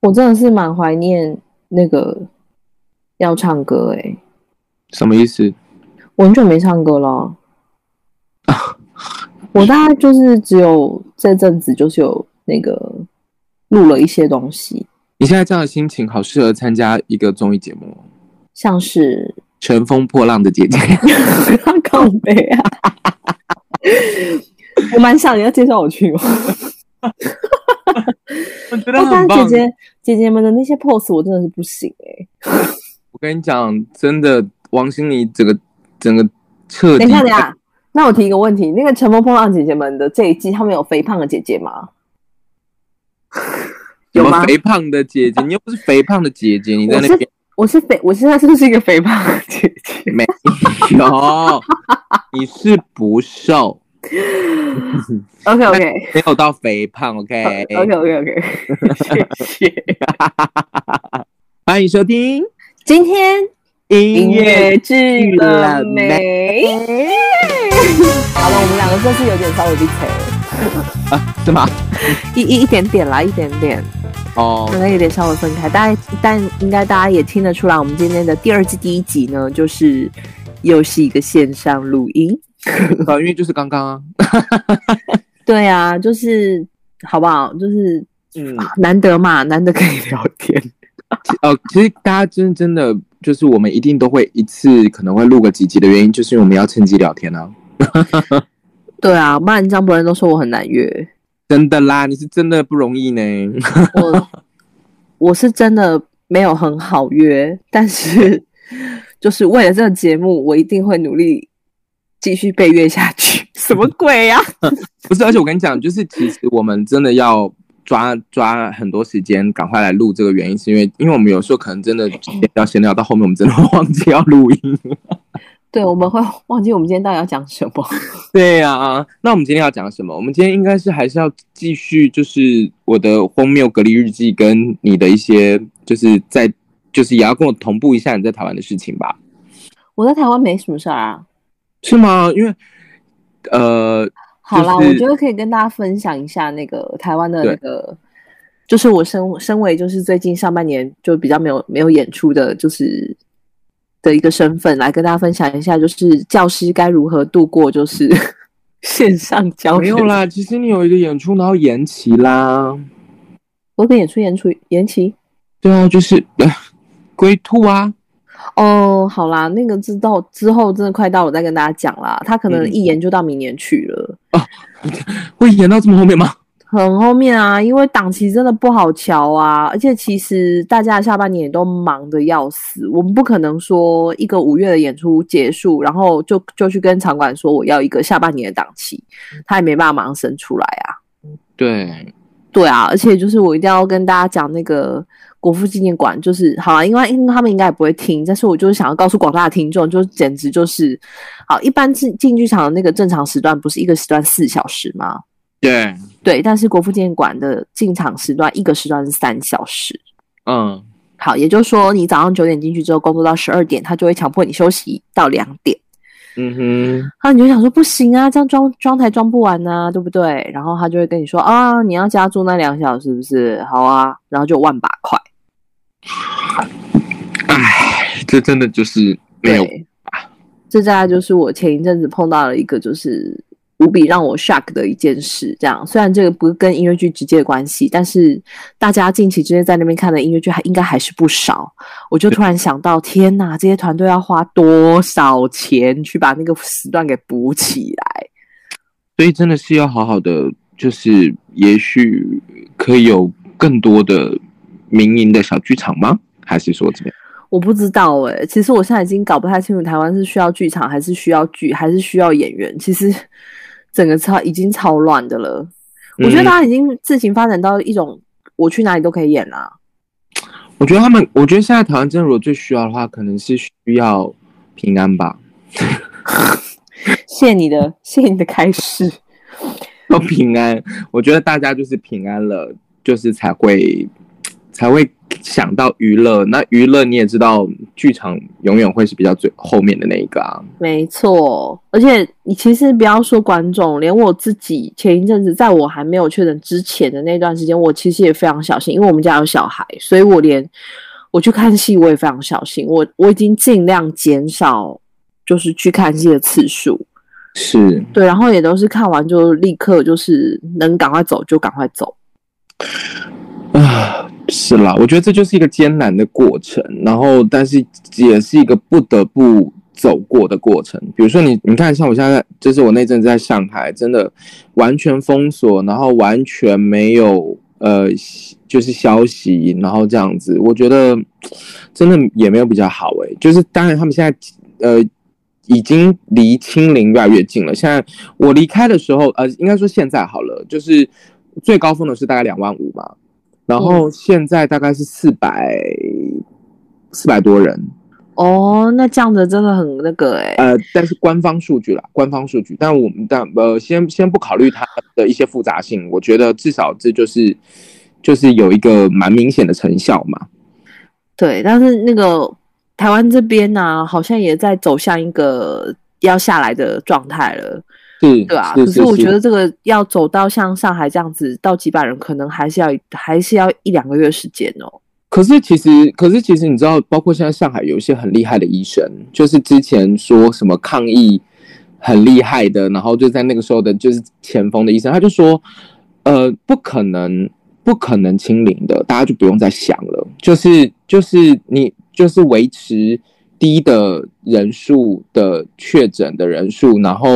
我真的是蛮怀念那个要唱歌诶、什么意思？我很久没唱歌了。哦我大概就是只有这阵子，就是有那个录了一些东西，你现在这样的心情好适合参加一个综艺节目哦，像是 《乘风破浪的姐姐》。告白啊。我蛮想你要介绍我去吗？ 哦我觉但是姐姐姐姐们的那些 pose 我真的是不行哎、我跟你讲，真的，王心凌整个整个彻底。等一下，等一下，那我提一个问题：那个《乘风破浪姐姐们》的这一季，他们有肥胖的姐姐吗？有什么吗？肥胖的姐 姐？你又不是肥胖的姐姐，你在我那是边我是肥，我现在是不是一个肥胖的姐姐？没 有？你是不瘦， OK OK 没有到肥胖。OK，哦 OK OK OK，谢谢。欢迎收听 今天音音乐乐剧了了没？好了，我们两个这次有点稍微低垂，是吗？一一一点点啦，一点点，哦可，能有点稍微分开。大家，但应该大家也听得出来，我们今天的第二季第一集呢，就是又是一个线上录音。呃因为就是刚刚啊，对啊，就是好不好？就是嗯，难得嘛，难得可以 聊天。呃，其实大家真真的就是我们一定都会一次可能会录个几集的原因，就是因为我们要趁机聊天啊。对啊，不然张伯伦都说我很难约，真的啦，你是真的不容易呢。 我我是真的没有很好约，但 是就是为了这个节目，我一定会努力继续被约下 去。什么鬼啊呀、不是，而且我跟你讲，就是其实我们真的要抓抓很多时间，赶快来录这个原因，是因为因为我们有时候可能真的要闲聊到后面，我们真的 会忘记要录音。对，我们会忘记我们今天到底要讲什么。对呀、那我们今天要讲什么？我们今天应该是还是要继续，就是我的荒谬隔离日记跟你的一些，就是在就是也要跟我同步一下你在台湾的事情吧？我在台湾没什么事儿啊。是吗？因为呃，好啦，就是我觉得可以跟大家分享一下那个台湾的对那个，就是我身身为就是最近上半年就比较没有没有演出的，就是的一个身份来跟大家分享一下，就是教师该如何度过就是 线上教没学。有，啦，其实你有一个演出，然后延期啦。我跟演出演出延期。对啊，就是、 呃、龟兔啊。哦，好啦，那个之后之后真的快到，我再跟大家讲啦。他可能嗯一延就到明年去了，会演到这么后面吗？很后面啊，因为档期真的不好瞧啊，而且其实大家下半年也都忙得要死，我们不可能说一个五月的演出结束，然后就就去跟场馆说我要一个下半年的档期，他也没办法马上生出来啊。对，对啊，而且就是我一定要跟大家讲那个国父纪念馆，就是好啊，因为因为他们应该也不会听，但是我就是想要告诉广大的听众，就是简直就是，好，一般进进剧场的那个正常时段不是一个时段四小时吗？对，对，但是国父纪念馆的进场时段一个时段是三小时。嗯，好，也就是说你早上九点进去之后工作到十二点，他就会强迫你休息到两点。嗯哼，然后你就想说不行啊，这样装装台装不完呐、对不对？然后他就会跟你说啊，你要加住那两小时是不是？好啊，然后就万把块。唉，这真的就是没有，对，这大概就是我前一阵子碰到了一个就是无比让我 shock 的一件事。这样，虽然这个不是跟音乐剧直接的关系，但是大家近期之内在那边看的音乐剧还应该还是不少。我就突然想到，天哪，这些团队要花多少钱去把那个时段给补起来？所以真的是要好好的，就是也许可以有更多的民营的小剧场吗？还是说怎么样？我不知道哎、其实我现在已经搞不太清楚，台湾是需要剧场，还是需要剧，还是需要演员？其实 整个超已经超乱的了。我觉得嗯大家已经自行发展到一种我去哪里都可以演啊啦、我觉得他们，我觉得现在台湾真的如果最需要的话，可能是需要平安吧，谢谢你的，谢谢你的开示。要平安。我觉得大家就是平安了，就是才会才会想到娱乐，那娱乐你也知道，剧场永远会是比较最后面的那一个啊。没错，而且你其实不要说观众，连我自己前一阵子，在我还没有确诊之前的那段时间，我其实也非常小心，因为我们家有小孩，所以我连我去看戏我也非常小心，我我已经尽量减少就是去看戏的次数，是，对，然后也都是看完就立刻就是能赶快走就赶快走。啊，是啦，我觉得这就是一个艰难的过程，然后但是也是一个不得不走过的过程。比如说你，你看，像我现在就是我那阵子在上海，真的完全封锁，然后完全没有呃，就是消息，然后这样子，我觉得真的也没有比较好诶、就是当然他们现在呃。已经离清零越来越近了。现在我离开的时候，呃，应该说现在好了，就是最高峰的是大概两万五嘛，然后嗯现在大概是四百四百多人，哦，那这样子真的很那个哎、呃，但是官方数据啦，官方数据，但我们但呃，先先不考虑它的一些复杂性，我觉得至少这就是就是有一个蛮明显的成效嘛。对，但是那个台湾这边呢、好像也在走向一个要下来的状态了，是，对啊。是可是是我觉得这个要走到像上海这样子到几百人，可能还是要还是要一两个月时间哦。可是其实，可是其实你知道，包括现在上海有一些很厉害的医生，就是之前说什么抗疫很厉害的，然后就在那个时候的就是前锋的医生，他就说，呃，不可能，不可能清零的，大家就不用再想了，就是就是你就是维持低的人数的确诊的人数，然后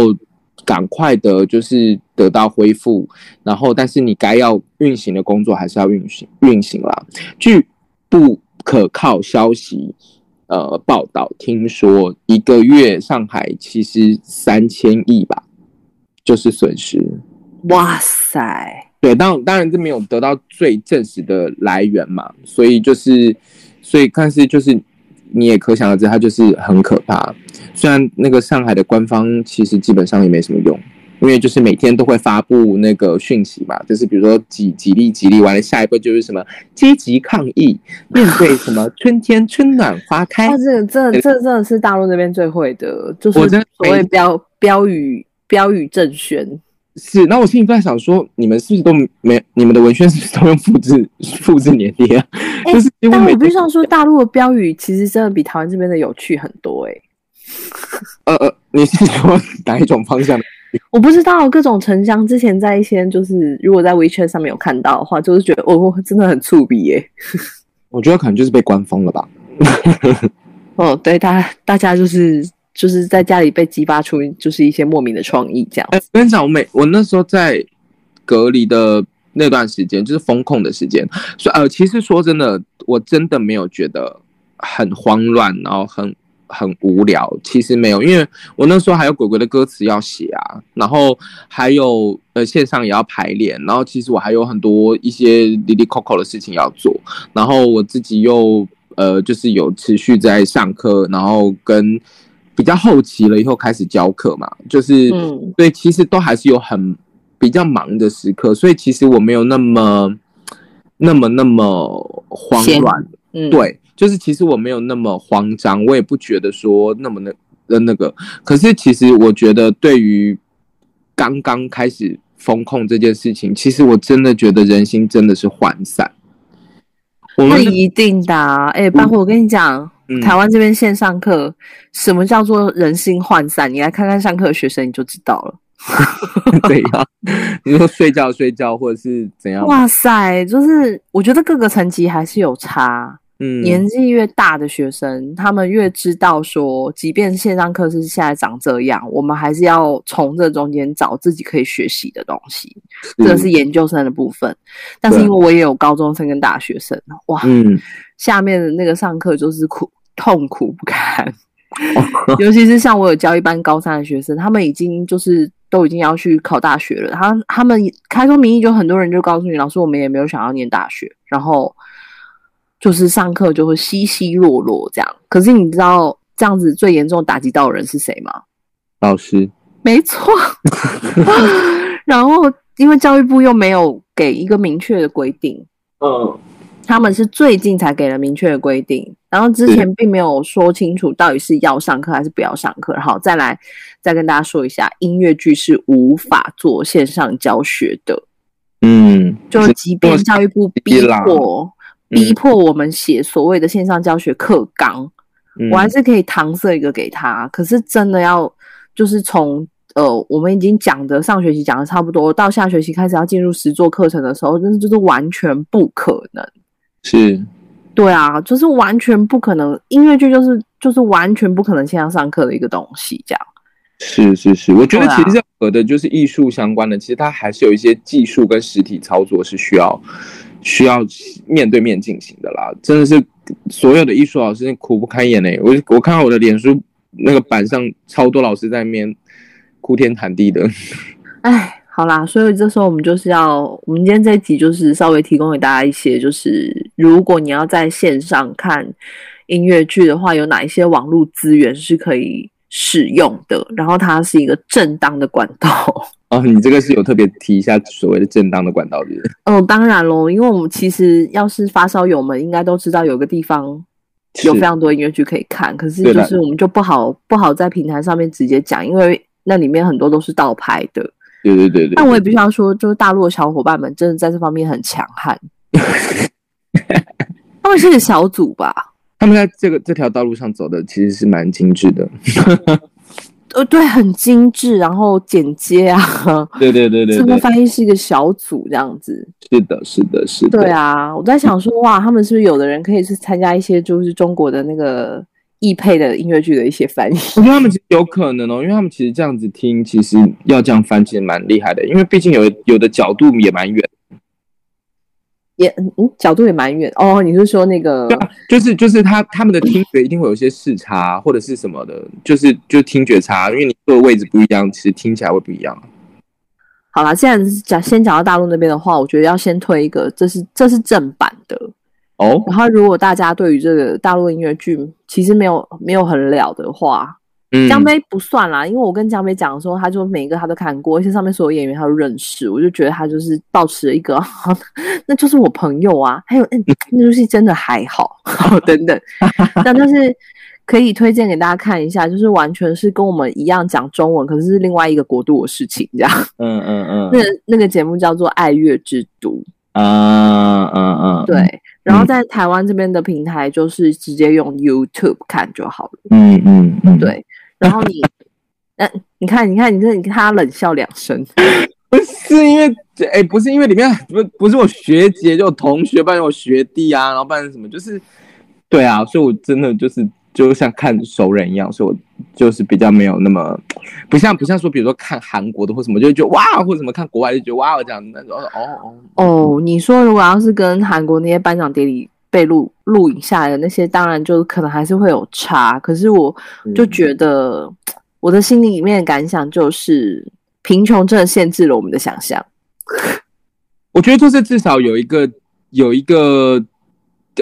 赶快的，就是得到恢复，然后但是你该要运行的工作还是要运行运行啦。据不可靠消息呃报道，听说一个月上海其实三千亿吧，就是损失。哇塞，对，当当然这没有得到最证实的来源嘛，所以就是，所以但是就是你也可想而知，它就是很可怕。虽然那个上海的官方其实基本上也没什么用。因为就是每天都会发布那个讯息嘛，就是比如说几几例几例，完了下一步就是什么积极抗疫，面对什么春天春暖花开哇，，这个这这真的是大陆那边最会的，就是我真的所谓没标标语标语政宣。是，那我心里都在想说，你们是不是都没你们的文宣是不是都用复制复制粘贴、啊？哎就是因为但每我必须要说，大陆的标语其实真的比台湾这边的有趣很多哎、呃呃，你是说哪一种方向的？我不知道各种城乡之前在一些就是如果在 WeChat 上面有看到的话，就是觉得哦，真的很触鼻欸耶。我觉得可能就是被官方了吧。哦，对，大大家就是就是在家里被激发出就是一些莫名的创意这样。哎、我跟你讲，我每我那时候在隔离的那段时间，就是封控的时间，所以呃，其实说真的，我真的没有觉得很慌乱，然后很很无聊。其实没有，因为我那时候还有鬼鬼的歌词要写啊，然后还有呃线上也要排练，然后其实我还有很多一些滴滴 coco 的事情要做，然后我自己又呃就是有持续在上课，然后跟。比较后期了以后开始教课嘛，就是嗯对，其实都还是有很比较忙的时刻，所以其实我没有那么、那么、那么慌闲乱。嗯，，对，就是其实我没有那么慌张，我也不觉得说那么那的那个。可是其实我觉得，对于刚刚开始风控这件事情，其实我真的觉得人心真的是涣散。我那们一定的、啊。哎、包括我跟你讲，嗯 台湾这边线上课，什么叫做人心涣散？你来看看上课的学生你就知道了。怎样？ 你说睡觉睡觉，或者是怎样？哇塞，就是我觉得各个层级还是有差。嗯，年纪越大的学生，他们越知道说，即便线上课是现在长这样，我们还是要从这中间找自己可以学习的东西。嗯这个是研究生的部分，但是因为我也有高中生跟大学生，哇，嗯，下面的那个上课就是苦痛苦不堪， 尤其是像我有教一班高三的学生，他们已经就是都已经要去考大学了，他他们开宗明义就很多人就告诉你，老师我们也没有想要念大学，然后就是上课就会稀稀落落这样。可是你知道这样子最严重打击到的人是谁吗？老师，没错。 然后因为教育部又没有给一个明确的规定，嗯。他们是最近才给了明确的规定，然后之前并没有说清楚到底是要上课还是不要上课。然后再来再跟大家说一下，音乐剧是无法做线上教学的，嗯，就是即便教育部逼啦迫嗯逼迫我们写所谓的线上教学课纲，嗯我还是可以搪塞一个给他。可是真的要就是从呃，我们已经讲的上学期讲的差不多，到下学期开始要进入实作课程的时候，真的就是完全不可能。是对啊，就是完全不可能，音乐剧就是就是完全不可能线上上课的一个东西，这样。是是是，我觉得对啊其实任何的就是艺术相关的，其实它还是有一些技术跟实体操作是需要需要面对面进行的啦。真的是所有的艺术老师苦不堪言嘞、我我看到我的脸书那个板上超多老师在那边哭天喊地的。 哎，好啦，所以这时候我们就是要，我们今天这一集就是稍微提供给大家一些，就是如果你要在线上看音乐剧的话，有哪一些网络资源是可以使用的，然后它是一个正当的管 道。哦，你这个是有特别提一下所谓的正当的管道日，嗯，当然喽，因为我们其实要是发烧友们应该都知道有个地方有非是常多音乐剧可以看，可是对就的是我们就不好不好在平台上面直接讲，因为那里面很多都是盗拍的。对对对对，但我也必须要说，就是大陆的小伙伴们真的在这方面很强 悍，他们是个小组吧？他们在这个这条道路上走的其实是蛮精致的。呃，对，很精致，然后剪接啊，对对 对对字幕对，翻译是一个小组这样子。是的，是的，是的。对啊，我在想说，哇，他们是不是有的人可以去参加一些就是中国的那个译配的音乐剧的一些翻译？我觉得他们其实有可能哦，因为他们其实这样子听，其实要这样翻，其实蛮厉害的，因为毕竟有有的角度也蛮远，也嗯，角度也蛮远哦。你是说那个就是就是他他们的听觉一定会有一些视差或者是什么的，就是就是听觉差，因为你坐的位置不一样，其实听起来会不一样。好啦，现在讲先讲到大陆那边的话，我觉得要先推一个，这是这是正版的。哦，然后，如果大家对于这个大陆音乐剧其实没有没有很了的话，嗯，江杯不算啦，因为我跟江杯讲的时候，他就每一个他都看过，而且上面所有演员他都认识，我就觉得他就是保持了一个， 那就是我朋友啊。还有，嗯，那出戏真的还好，等等。那但是可以推荐给大家看一下，就是完全是跟我们一样讲中文，可是是另外一个国度的事情这样。嗯嗯那嗯，个那个节目叫做《爱乐之都》，啊嗯嗯，对，，然后在台湾这边的平台就是直接用 YouTube 看就好了。嗯嗯嗯，对，然后你，嗯、你看，你看，你这你看他冷笑两 声，不是因为哎、不是因为里面不不是我学姐，就有同学，不然有学弟啊，然后不然什么，就是对啊，所以我真的就是就像看熟人一样，所以我就是比较没有那么不像不像说，比如说看韩国的或什么，就会觉得哇，或者什么看国外就觉得哇，我这样那种哦哦，哦，你说如果要是跟韩国那些颁奖典礼被录录影下来的那些，当然就可能还是会有差。可是我就嗯觉得，我的心里面的感想就是，贫穷真的限制了我们的想象。我觉得就是至少有一个有一个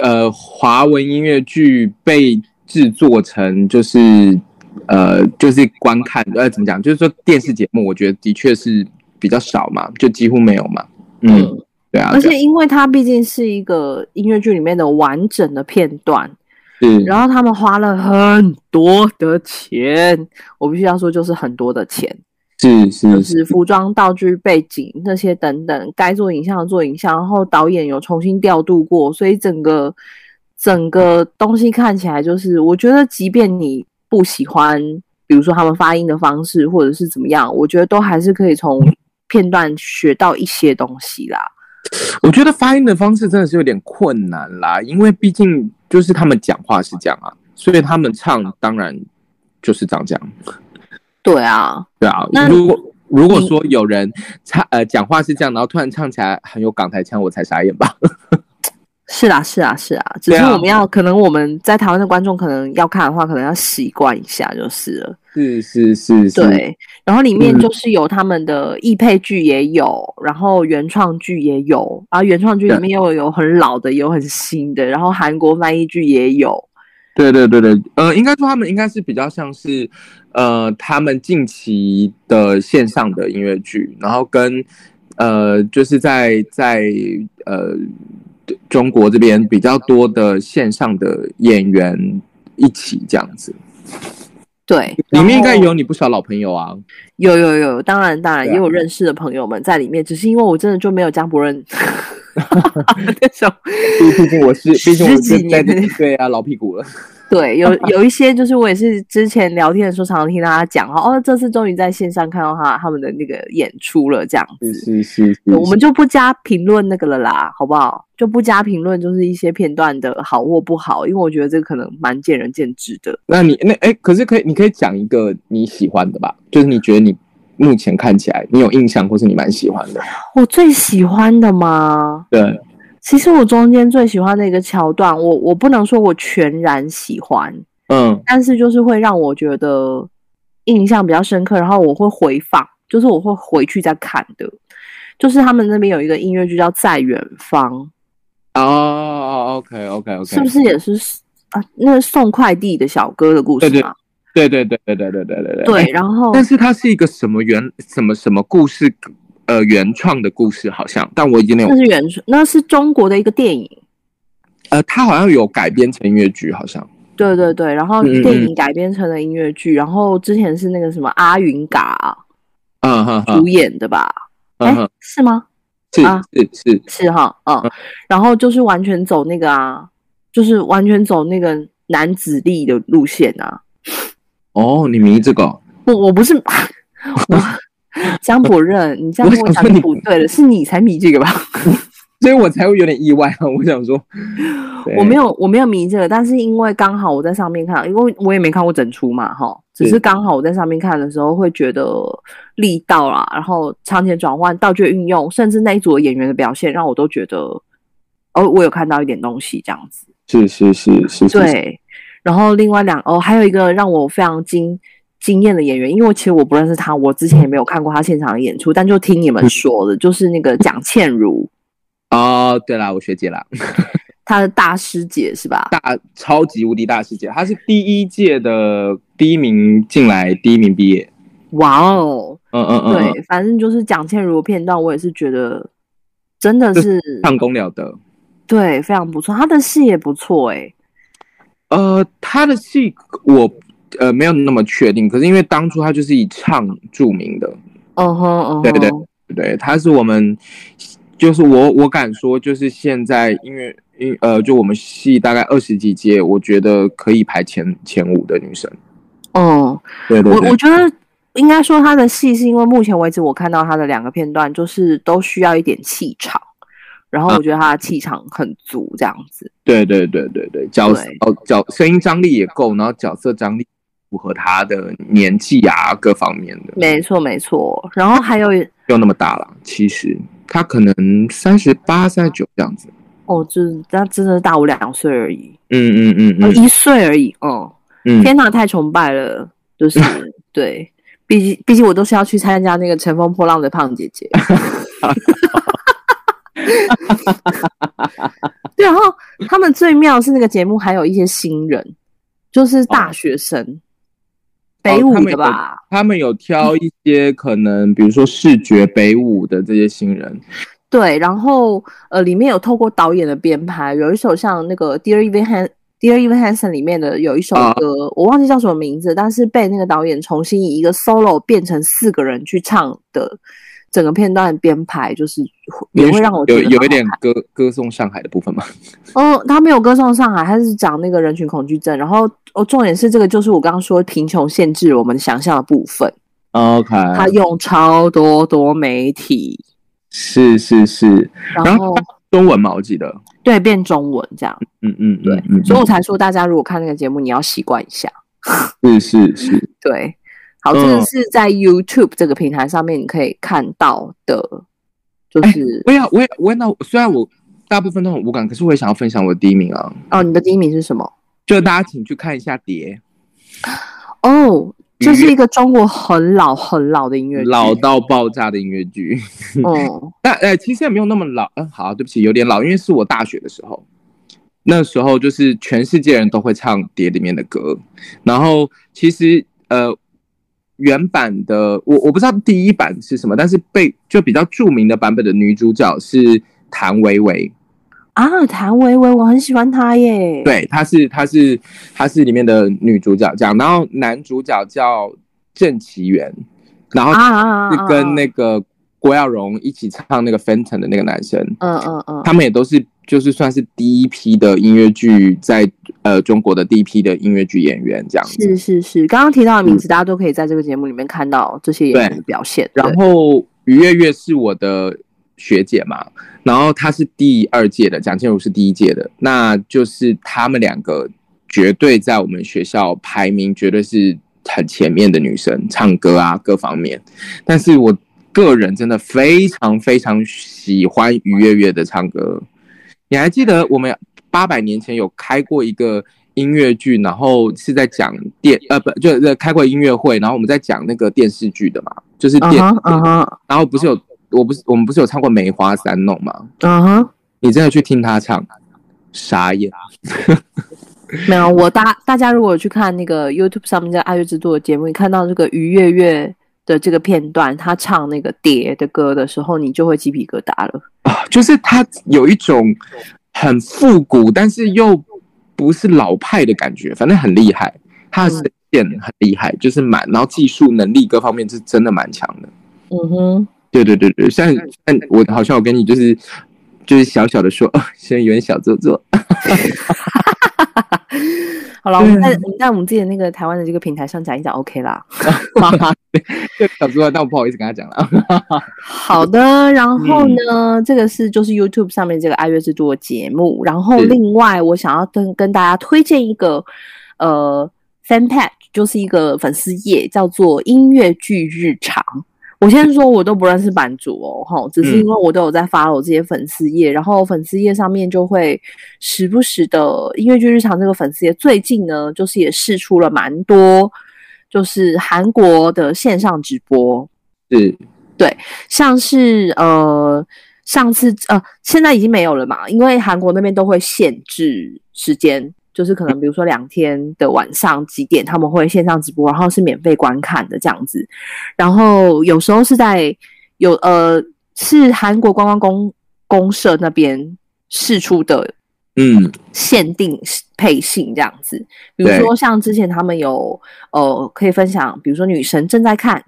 呃华文音乐剧被制作成就是呃就是观看呃怎么讲，就是说电视节目，我觉得的确是比较少嘛，就几乎没有嘛。嗯，对啊，而对啊且因为它毕竟是一个音乐剧里面的完整的片段，是然后他们花了很多的钱，我必须要说就是很多的钱，是就是是，是服装、道具、背景那些等等，该做影像的做影像，然后导演有重新调度过，所以整个整个东西看起来就是，我觉得即便你不喜欢，比如说他们发音的方式或者是怎么样，我觉得都还是可以从片段学到一些东西啦。我觉得发音的方式真的是有点困难啦，因为毕竟就是他们讲话是这样啊，所以他们唱当然就是长这样。对啊，对啊那，如果如果你说有人唱呃讲话是这样，然后突然唱起来很有港台腔，我才傻眼吧。是啦，是啦，是啦，只对是啊我们要、可能我们在台湾的观众可能要看的话，可能要习惯一下就是了。是是是是，对，然后里面嗯就是有他们的译配剧也有，然后原创剧也有，然后原创剧里对面又有很老的，有很新的，然后韩国翻译剧也有。对对对对，呃，应该说他们应该是比较像是，呃，他们近期的线上的音乐剧，然后跟，呃，就是在在呃中国这边比较多的线上的演员一起这样子。对，里面应该有你不少老朋友啊。有有有，当然当然对啊也有认识的朋友们在里面，只是因为我真的就没有江博仁 那种。毕毕竟我是，毕竟我十几是在年的对啊老屁股了。对，有有一些就是我也是之前聊天的时候常常听大家讲哦，这次终于在线上看到他他们的那个演出了，这样是子。是是嗯是，我们就不加评论那个了啦，好不好？就不加评论，就是一些片段的好或不好，因为我觉得这可能蛮见仁见智的。那你那哎，可是可以，你可以讲一个你喜欢的吧？就是你觉得你目前看起来你有印象，或是你蛮喜欢的。我最喜欢的吗？对，其实我中间最喜欢的一个桥段，我我不能说我全然喜欢，嗯但是就是会让我觉得印象比较深刻，然后我会回放，就是我会回去再看的。就是他们那边有一个音乐剧叫《在远方》，哦，OK OK OK，是不是也是啊？那是送快递的小哥的故事对对嘛？对对对对对对对对对哎然后但是它是一个什么原什么什么故事，呃，原创的故事好像，但我已经没有那，是原创，那是中国的一个电影，呃，它好像有改编成越剧，好像对对对，然后嗯嗯嗯电影改编成了音乐剧，然后之前是那个什么阿云嘎嗯哼哼主演的吧？哎、嗯哼，是吗？是啊是是，是哈，嗯，然后就是完全走那个啊，就是完全走那个男子力的路线啊。哦，你迷这个哦，我我不是我 江博任，你这样跟我我想讲说就你不对了，是你才迷这个吧？所以我才会有点意外啊。我想说，对我没有我没有迷这个，但是因为刚好我在上面看，因为我也没看过整出嘛，哈，只是是刚好我在上面看的时候会觉得力道啦，然后场景转换、道具的运用，甚至那一组的演员的表现，让我都觉得哦，我有看到一点东西这样子。是是是是，是，对，然后另外两哦，还有一个让我非常惊惊艳的演员，因为我其实我不认识他，我之前也没有看过他现场的演出，但就听你们说的，就是那个蒋倩茹，哦，对啦，我学姐啦，她的大师姐是吧？大超级无敌大师姐，她是第一届的第一名进来，第一名毕业，哇哦，嗯嗯嗯，嗯对，反正就是蒋倩茹的片段，我也是觉得真的就是上公了得。对非常不错，她的戏也不错哎、呃，他的戏我呃没有那么确定，可是因为当初他就是以唱著名的，嗯哼嗯哼，对对对，他是我们就是我我敢说，就是现在因为因呃就我们系大概二十几届，我觉得可以排前前五的女生。嗯。对对我对我，觉得应该说他的戏是因为目前为止我看到他的两个片段，就是都需要一点气场，然啊后我觉得他的气场很足，这样子。对对对对对，角色对哦角声音张力也够，然后角色张力符合他的年纪啊各方面的，没错没错，然后还有又那么大了，其实他可能三十八、三十九这样子。哦，就是他真的大我两岁而已，嗯嗯嗯呃嗯一岁而已，嗯，嗯，天哪，太崇拜了，就是 对。毕竟，毕竟我都是要去参加那个《乘风破浪的胖姐 姐》对。然后他们最妙是那个节目还有一些新人，就是大学生，北舞哦他们的有吧？他们有挑一些可能，比如说视觉北舞的这些新人，对，然后呃，里面有透过导演的编排，有一首像那个《Dear Evan Han》。Dear Evan Hansen 里面的有一首啊歌我忘记叫什么名字，但是被那个导演重新以一个 solo 变成四个人去唱的整个片段编排，就是也会让我觉有得有一蛮点歌歌颂上海的部 分嘛。哦，他没有歌颂上海，他是讲那个人群恐惧症。然后哦，重点是这个就是我刚刚说贫穷限制我们想象的部分， OK，他用超多多媒体，是是是，然然后后中文嘛，我记得，对变中文这样，嗯嗯，对嗯，嗯所以我才说大家如果看那个节目，你要习惯一下。嗯是是是，对，好，嗯这个是在 YouTube 这个平台上面你可以看到的，就是我也我也我也那虽然我大部分都很无感，可是我也想要分享我的第一名啊，哦，你的第一名是什么？就大家请去看一下碟，哦，这是一个中国很老很老的音乐剧，老到爆炸的音乐剧，嗯但呃，其实也没有那么老。嗯，好，对不起，有点老，因为是我大学的时候，那时候就是全世界人都会唱碟里面的歌。然后其实呃，原版的我我不知道第一版是什么，但是被就比较著名的版本的女主角是谭维维，啊，谭维维，我很喜欢她耶。，对，她是她是她是里面的女主角这样，然后男主角叫郑其元，然后啊啊啊，是跟那个郭耀荣一起唱那个《Phantom》的那个男生，嗯嗯嗯，他们也都是就是算是第一批的音乐剧在呃中国的第一批的音乐剧演员这样子。是是是，刚刚提到的名字，大家都可以在这个节目里面看到这些演员的表现。嗯然对后于月月是我的学姐嘛，然后她是第二届的，蒋倩茹是第一届的，那就是她们两个绝对在我们学校排名绝对是很前面的女生，唱歌啊各方面。但是我个人真的非常非常喜欢于月月的唱歌。你还记得我们八百年前有开过一个音乐剧，然后是在讲电呃不就呃开过音乐会，然后我们在讲那个电视剧的嘛，就是嗯电，哼嗯哼然后不是有我不是我们不是有唱过《梅花三弄》吗？嗯哼，你真的去听他唱，傻眼。没有我大大家如果去看那个 YouTube 上面的《爱乐之都》的节目，你看到这个于月月的这个片段，她唱那个蝶的歌的时候，你就会鸡皮疙瘩了。啊，就是它有一种很复古，但是又不是老派的感觉，反正很厉害。它的声线很厉害，就是蛮，然后技术能力各方面是真的蛮强的。嗯哼，对对对对，像像我好像我跟你就是就是小小的说， 哦，现在有点小做作。好了，我们对在我们在我们自己的那个台湾的这个平台上讲一讲，OK 啦。哈哈，对小做作，但我不好意思跟他讲了。 好的，然后呢，这个是就是 YouTube 上面这个爱乐之都的节目，然后是另外我想要跟跟大家推荐一个呃 fan page，就是一个粉丝页，叫做音乐剧日常。我先说，我都不认识版主哦，吼，只是因为我都有在发我这些粉丝页，然后粉丝页上面就会时不时的音乐剧日常这个粉丝页，最近呢就是也试出了蛮多，就是韩国的线上直播，是，像是呃上次呃现在已经没有了嘛，因为韩国那边都会限制时间，就是可能比如说两天的晚上几点他们会线上直播，然后是免费观看的这样子，然后有时候是在有呃是韩国观光公公社那边释出的嗯，限定配信这样子。比如对说像之前他们有呃可以分享，比如说女神正在看，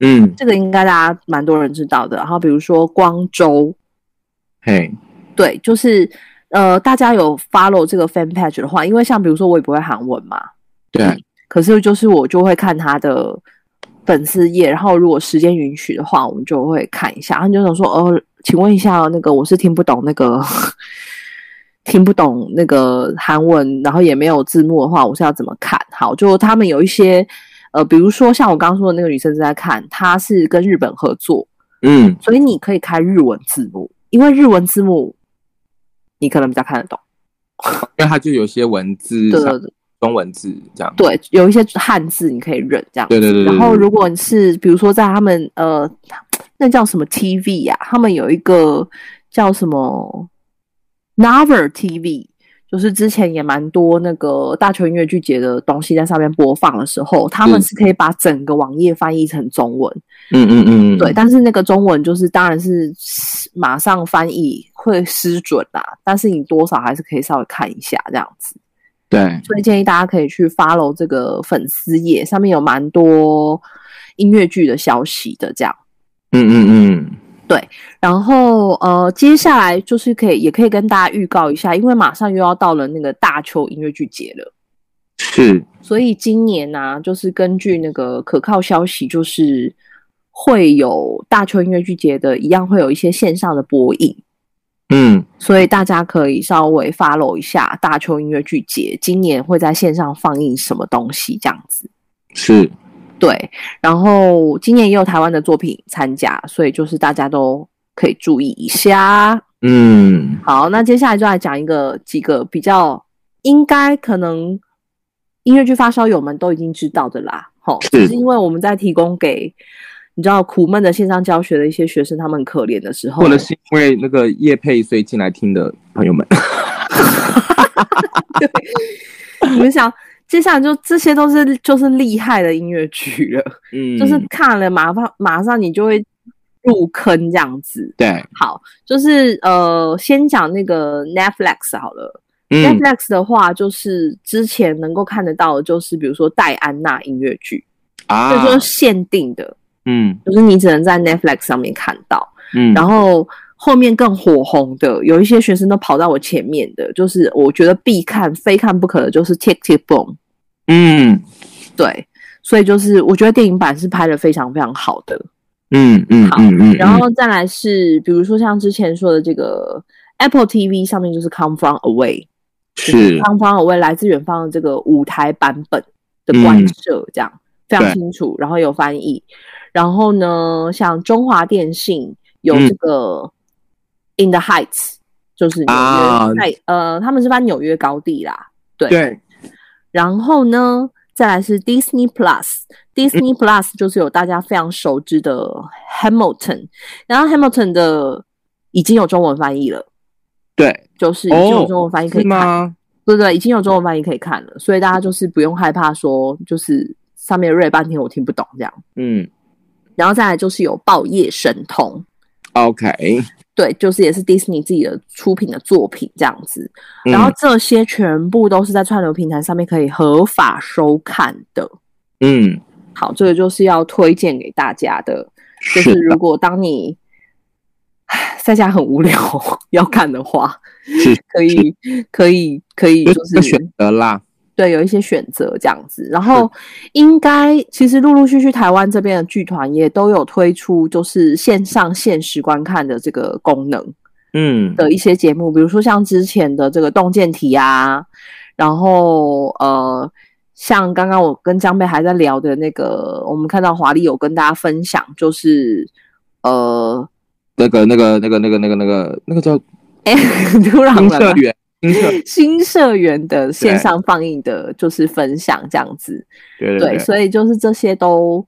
嗯，这个应该大家蛮多人知道的。然后比如说光州，嘿，对，就是呃大家有 follow 这个 fan page 的话，因为像比如说我也不会韩文嘛，对，可是就是我就会看他的粉丝页，然后如果时间允许的话，我们就会看一下。然后你就想说，哦，请问一下，那个我是听不懂那个， 听不懂那个韩文，然后也没有字幕的话，我是要怎么看？好，就他们有一些。呃，比如说像我刚刚说的那个女生正在看，她是跟日本合作，嗯，所以你可以开日文字幕，因为日文字幕你可能比较看得懂。因为它就有些文字，对对对，中文字这样。对，有一些汉字你可以忍这样。对对对对然后对如果你是比如说在他们呃，那叫什么 TV 呀、他们有一个叫什么 Nover TV。就是之前也蛮多那个大球音乐剧节的东西在上面播放的时候，他们嗯是可以把整个网页翻译成中文，嗯嗯嗯，嗯对，，但是那个中文就是当然是马上翻译会失准啦、但是你多少还是可以稍微看一下这样子，对，所以建议大家可以去 follow 这个粉丝页，上面有蛮多音乐剧的消息的这样。嗯嗯嗯，然后呃，接下来就是可以也可以跟大家预告一下，因为马上又要到了那个大邱音乐剧节了。是，所以今年呢、就是根据那个可靠消息，就是会有大邱音乐剧节的一样会有一些线上的播映，嗯，所以大家可以稍微 follow 一下大邱音乐剧节今年会在线上放映什么东西这样子。是，对，然后今年也有台湾的作品参加，所以就是大家都可以注意一下。嗯，好，那接下来就来讲一个几个比较应该可能音乐剧发烧友们都已经知道的啦，吼，是只是因为我们在提供给你知道苦闷的线上教学的一些学生，他们很可怜的时候，或者是因为那个叶佩所以进来听的朋友们，你们想，接下来就这些都是就是厉害的音乐剧了，嗯，就是看了马上马上你就会入坑这样子。对，好，就是呃，先讲那个 Netflix 好了。嗯 Netflix 的话，就是之前能够看得到，的就是比如说戴安娜音乐剧，啊所以，说限定的，嗯就是你只能在 Netflix 上面看到。嗯，然后后面更火红的，有一些学生都跑到我前面的，就是我觉得必看、非看不可的，就是 Tick Tick Boom。嗯对，所以就是我觉得电影版是拍的非常非常好的。嗯嗯好嗯嗯，然后再来是，比如说像之前说的这个 Apple TV 上面就是 Come From Away，是 Come From Away 来自远方的这个舞台版本的观摄，这样、非常嗯对清楚，然后有翻译。然后呢，像中华电信有嗯这个 In the Heights，、就是纽约、啊在呃，他们是翻纽约高地啦。对，然后呢，再来是 Disney 嗯 Plus，Disney Plus 就是有大家非常熟知的 Hamilton，然后 Hamilton 的已经有中文翻译了，对，就是已经有哦，中文翻译可以是看，吗？对对，已经有中文翻译可以看了，所以大家就是不用害怕说就是上面瑞半天我听不懂这样，嗯然后再来就是有报业神童。 ，OK，对，就是也是 Disney 自己的出品的作品这样子，嗯然后这些全部都是在串流平台上面可以合法收看的。嗯好，这个就是要推荐给大家的，就是是的如果当你唉在家很无聊要看的话，是可以可以可以，就就是个是选择啦，对有一些选择这样子。然后应该其实陆陆续续台湾这边的剧团也都有推出，就是线上限时观看的这个功能嗯的一些节目，比如说像之前的这个洞见题啊，然后呃，像刚刚我跟江贝还在聊的那个，我们看到华丽有跟大家分享，就是呃， 那个那个那个那个那个那个那个叫哎、突然新了社员，新社，新社员的线对上放映的，就是分享这样子，对对，所以就是这些都。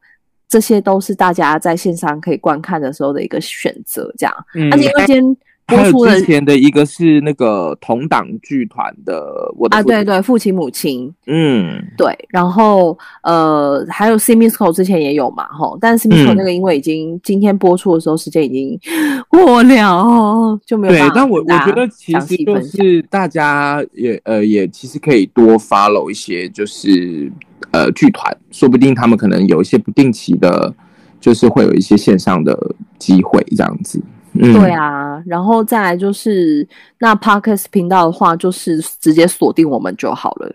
这些都是大家在线上可以观看的时候的一个选择，这样。嗯而且因为今天播还有出的之前的一个是那个同党剧团的我的啊，父亲对，对，父亲母亲，嗯对，然后呃，还有 Simisco 之前也有嘛，吼，但是 Simisco 嗯那个因为已经、今天播出的时候时间已经 过了，就没有对办法。，但我我觉得其实就分享。是大家也呃也其实可以多 follow 一些就是呃剧团，说不定他们可能有一些不定期的，就是会有一些线上的机会这样子。嗯，对，啊，然后再来就是那 Parkes 频道的话，就是直接锁定我们就好了。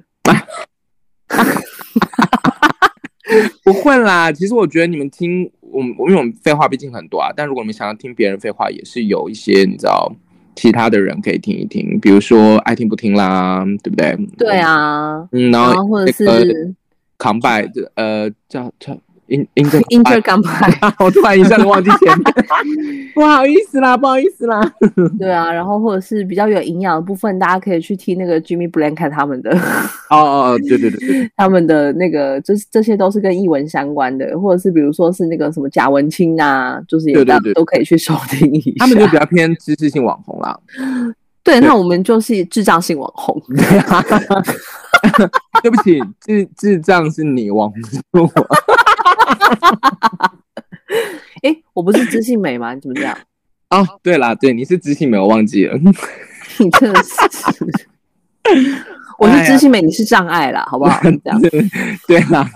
不会啦。其实我觉得你们听我们，因为我们废话毕竟很多啊，但如果你们想要听别人废话，也是有一些你知道其他的人可以听一听，比如说爱听不听啦，对不对？对，啊，嗯，然然后后或者是那个扛拜的呃叫叫。英英 Inter 港牌，啊我突然一下子忘记前面， 不好意思啦，不好意思啦。对啊，然后或者是比较有营养的部分，大家可以去听那个 Jimmy Blanket 他们的。哦哦，哦，对对对 对，他们的那个，就是这些都是跟译文相关的，或者是比如说是那个什么贾文清啊，就是也对对大对都可以去收听一下。他们就比较偏知识性网红啦。对，那我们就是智障性网 红，对不起，智智障是你，网红是我。诶，我不是知性美吗？你怎么这样？ 哦，对啦，对，你是知性美，我忘记了。你真的是， 哎我是知性美，你是障碍啦，好不 好？这样，对啦，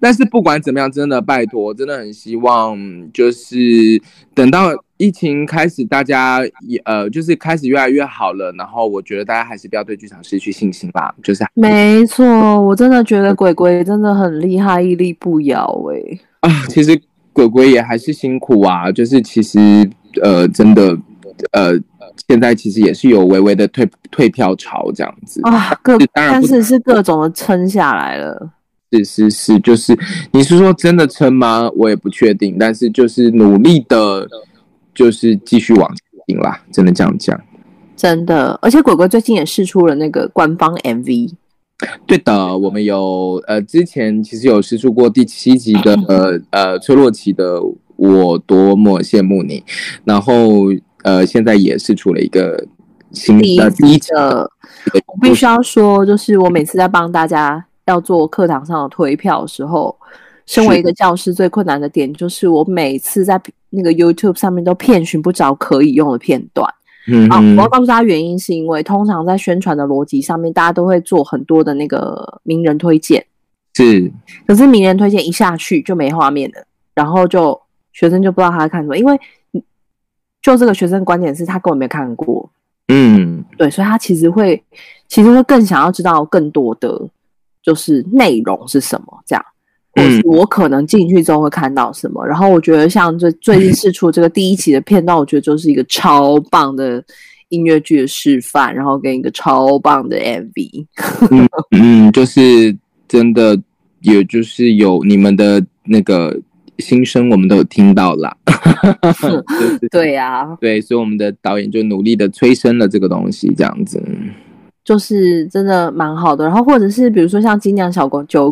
但是不管怎么样，真的拜托，真的很希望，就是等到疫情开始，大家也呃，就是开始越来越好了，然后我觉得大家还是不要对剧场失去信心啦，就是没错，我真的觉得鬼鬼真的很厉害，屹立不摇欸诶。啊，其实鬼鬼也还是辛苦啊，就是其实呃，真的呃，现在其实也是有微微的退退票潮这样子，啊，各是当然但不是是各种的撑下来了。是是是，就是你是说真的撑吗？我也不确定，但是就是努力的，就是继续往前进啦，真的这样讲，真的，而且鬼鬼最近也试出了那个官方 MV，对的，我们有呃，之前其实有试出过第七集的呃呃崔洛奇的《我多么羡慕你》，然后呃现在也试出了一个新第一的第一集的呃，我必须要说，就是我每次在帮大家要做课堂上的推票的时候，身为一个教师，最困难的点就是我每次在那个 YouTube 上面都遍寻不着可以用的片段。嗯啊，哼我要告诉大家原因，是因为通常在宣传的逻辑上面，大家都会做很多的那个名人推荐，是可是名人推荐一下去就没画面了，然后就学生就不知道他在看什么，因为就这个学生的观点是他根本没看过，嗯对，所以他其实会其实会更想要知道更多的就是内容是什么这样。或嗯是我可能进去之后会看到什么，然后我觉得像最最近试出这个第一期的片段，我觉得就是一个超棒的音乐剧的示范，然后跟一个超棒的 MV。嗯，就是真的，也就是有你们的那个心声，我们都有听到啦。就是对啊呀、对，所以我们的导演就努力的催生了这个东西，这样子。就是真的蛮好的。然后或者是比如说像精酿小馆酒，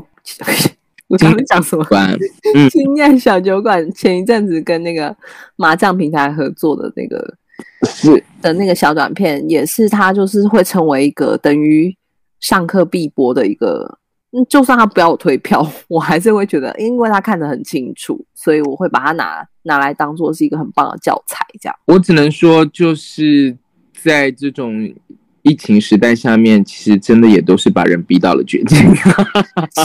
我刚刚讲什么？关精酿小酒馆前一阵子跟那个麻将平台合作的那个是的那个小短片，也是他就是会成为一个等于上课必播的一个。嗯就算他不要我退票， 我还是会觉得，因为他看得很清楚，所以我会把它拿拿来当做是一个很棒的教材。这 样，我只能说，就是在这种疫情时代下面，其实真的也都是把人逼到了绝境。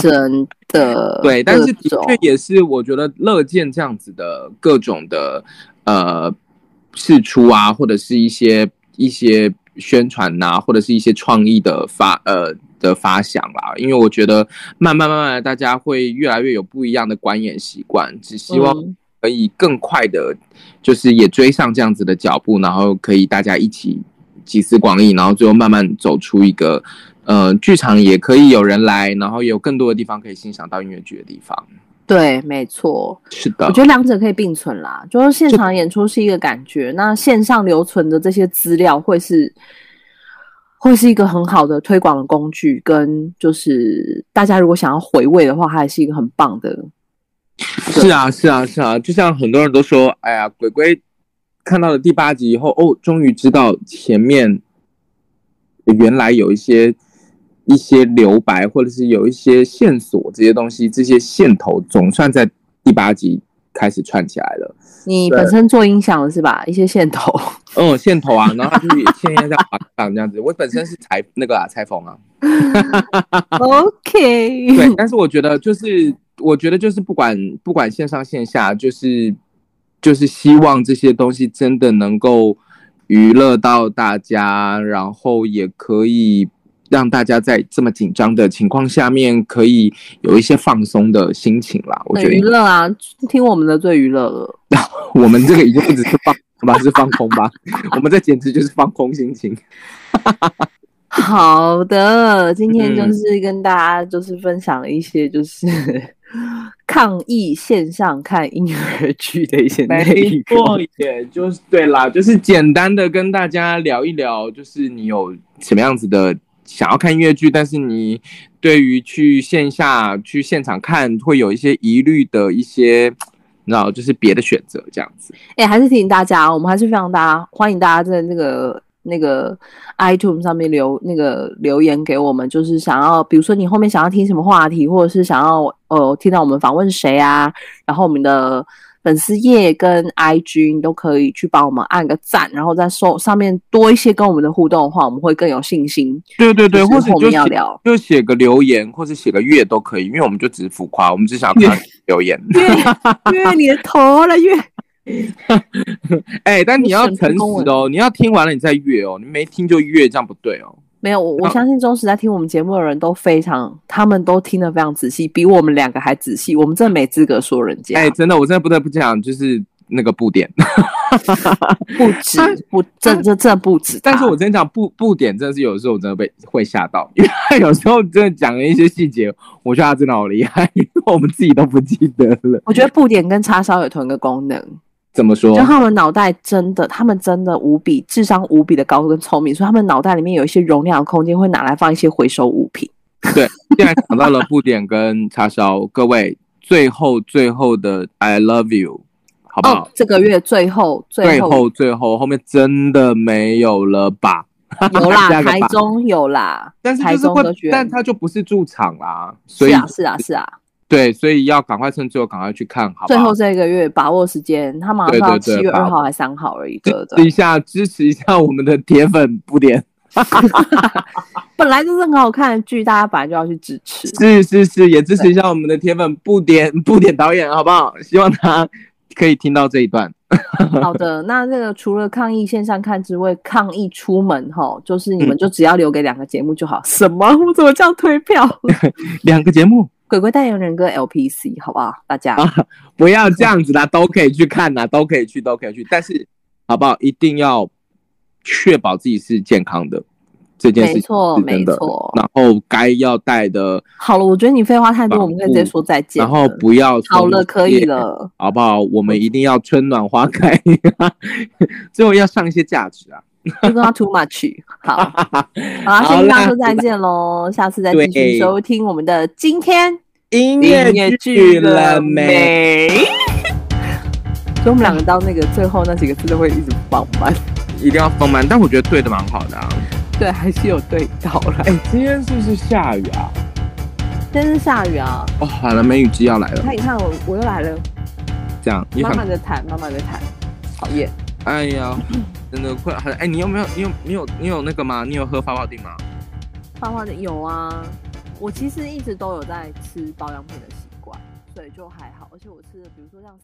真的对，但是各的种确也是，我觉得乐见这样子的各种的呃试出啊，或者是一些一些宣传呐、或者是一些创意的发呃的发想啦、因为我觉得慢慢慢慢地，大家会越来越有不一样的观演习惯，只希望嗯可以更快的，就是也追上这样子的脚步，然后可以大家一起集思广益，然后最后慢慢走出一个，呃，剧场也可以有人来，然后也有更多的地方可以欣赏到音乐剧的地方。对，没错。是的我，觉得两者可以并存啦，就是现场演出是一个感觉，那线上留存的这些资料会是会是一个很好的推广的工具，跟就是大家如果想要回味的话，它也是一个很棒的。是啊，是啊，是啊，就像很多人都说，哎呀，鬼鬼看到了第八集以后，哦，终于知道前面原来有一些一些留白，或者是有一些线索，这些东西，这些线头总算在第八集开始串起来了。你对本身做音响的是吧？一些线 头，嗯，线头啊，然后他就是现在在滑档这样子。我本身是裁那个啊，裁缝啊， OK，对，但是我觉得就是，我觉得就是不管不管线上线下，就是就是希望这些东西真的能够娱乐到大家，然后也可以让大家在这么紧张的情况下面，可以有一些放松的心情啦。我很觉娱得乐啊，听我们的最娱乐了。我们这个已经不只是放 松吧，是放空吧，我们这简直就是放空心情。好的，今天就嗯是跟大家就是分享一些就是 抗议线上看婴儿剧的一些内没容错。，也就是对啦，就是简单的跟大家聊一聊，就是你有什么样子的想要看音乐剧，但是你对于去线下去现场看会有一些疑虑的一些，你知道，就是别的选择这样子。哎、还是提醒大家，我们还是非常大家欢迎大家在那个那个 iTunes 上面留那个留言给我们，就是想要，比如说你后面想要听什么话题，或者是想要呃听到我们访问谁啊，然后我们的粉丝页跟 IG 你都可以去帮我们按个赞，然后在收上面多一些跟我们的互动的话，我们会更有信心。对对就对，是或者后就面要写聊就写个留言，或者写个月都可以，因为我们就只是浮夸，我们只想要看到留言。月月你的头了月，哎，但你要神不诚公实哦，你要听完了你再月哦，你没听就月，这样不对哦。没有我我相信忠实在听我们节目的人都非常，他们都听得非常仔细，比我们两个还仔细，我们真的没资格说人家，哎，真的，我真的不得不讲，就是那个布点。不止不这这这不止他，但是我真的讲布布点，真的是有时候我真的被会吓到，因为他有时候真的讲了一些细节，我觉得他真的好厉害，因为我们自己都不记得了。我觉得布点跟叉烧有同一个功能，怎么说就？他们脑袋真的，他们真的无比智商无比的高跟聪明，所以他们脑袋里面有一些容量的空间会拿来放一些回收物品。现在想到了布点跟叉烧，各位最后最后的 I love you，好不好？哦，这个月最后最最后后最后后面真的没有了吧？有啦，下个吧台中有啦，但是台就是中会歌剧，院但他就不是驻场啦，所是以啊是啊是啊，对，所以要赶快趁最后赶快去看，好不最好后？这个月把握时间，他马上到对对七对月把二握号还三号而已，对支持对。一下，支持一下我们的铁粉不点。本来就是很好看的剧，大家本来就要去支 持。是是是，也支持一下我们的铁粉不点 不点导演，好不好？希望他可以听到这一段。好的，那这个除了抗议线上看之外，抗议出门哈，就是你们嗯就只要留给两个节目就好。什么？ 我怎么这样推 票？两个节目鬼鬼代言人跟 LPC 好不好？大家啊，不要这样子啦，都可以去看啦，都可以去，都可以去。但是，好不好？一定要确保自己是健康的，这件没事情错是真没的。错。然后该要带的，好了，我觉得你废话太多，我们可以直接说再见了。啊然后不要好了，松懈可以，了。好不好？我们一定要春暖花开， 最后要上一些价值啊。就跟他 too much。好， 好啦，好先跟大家啦说再见喽，下次再继续对收听我们的今天音音乐剧剧了没？没？所以我们两个到那个最后那几个字都会一直放慢，一定要丰满，但我觉得对的蛮好的啊。对，还是有对到了。哎、今天是不是下雨啊？今天是下雨啊，哦，好了，梅雨季要来你了，看你看我我又来了，这样你慢想，慢的弹，慢慢的弹，讨厌。哎呀，真的快，哎、你有没有，你有，你有，你有那个吗？你有喝发泡定吗？画画的有啊，我其实一直都有在吃保养品的习惯，所以就还好，而且我吃的比如说像。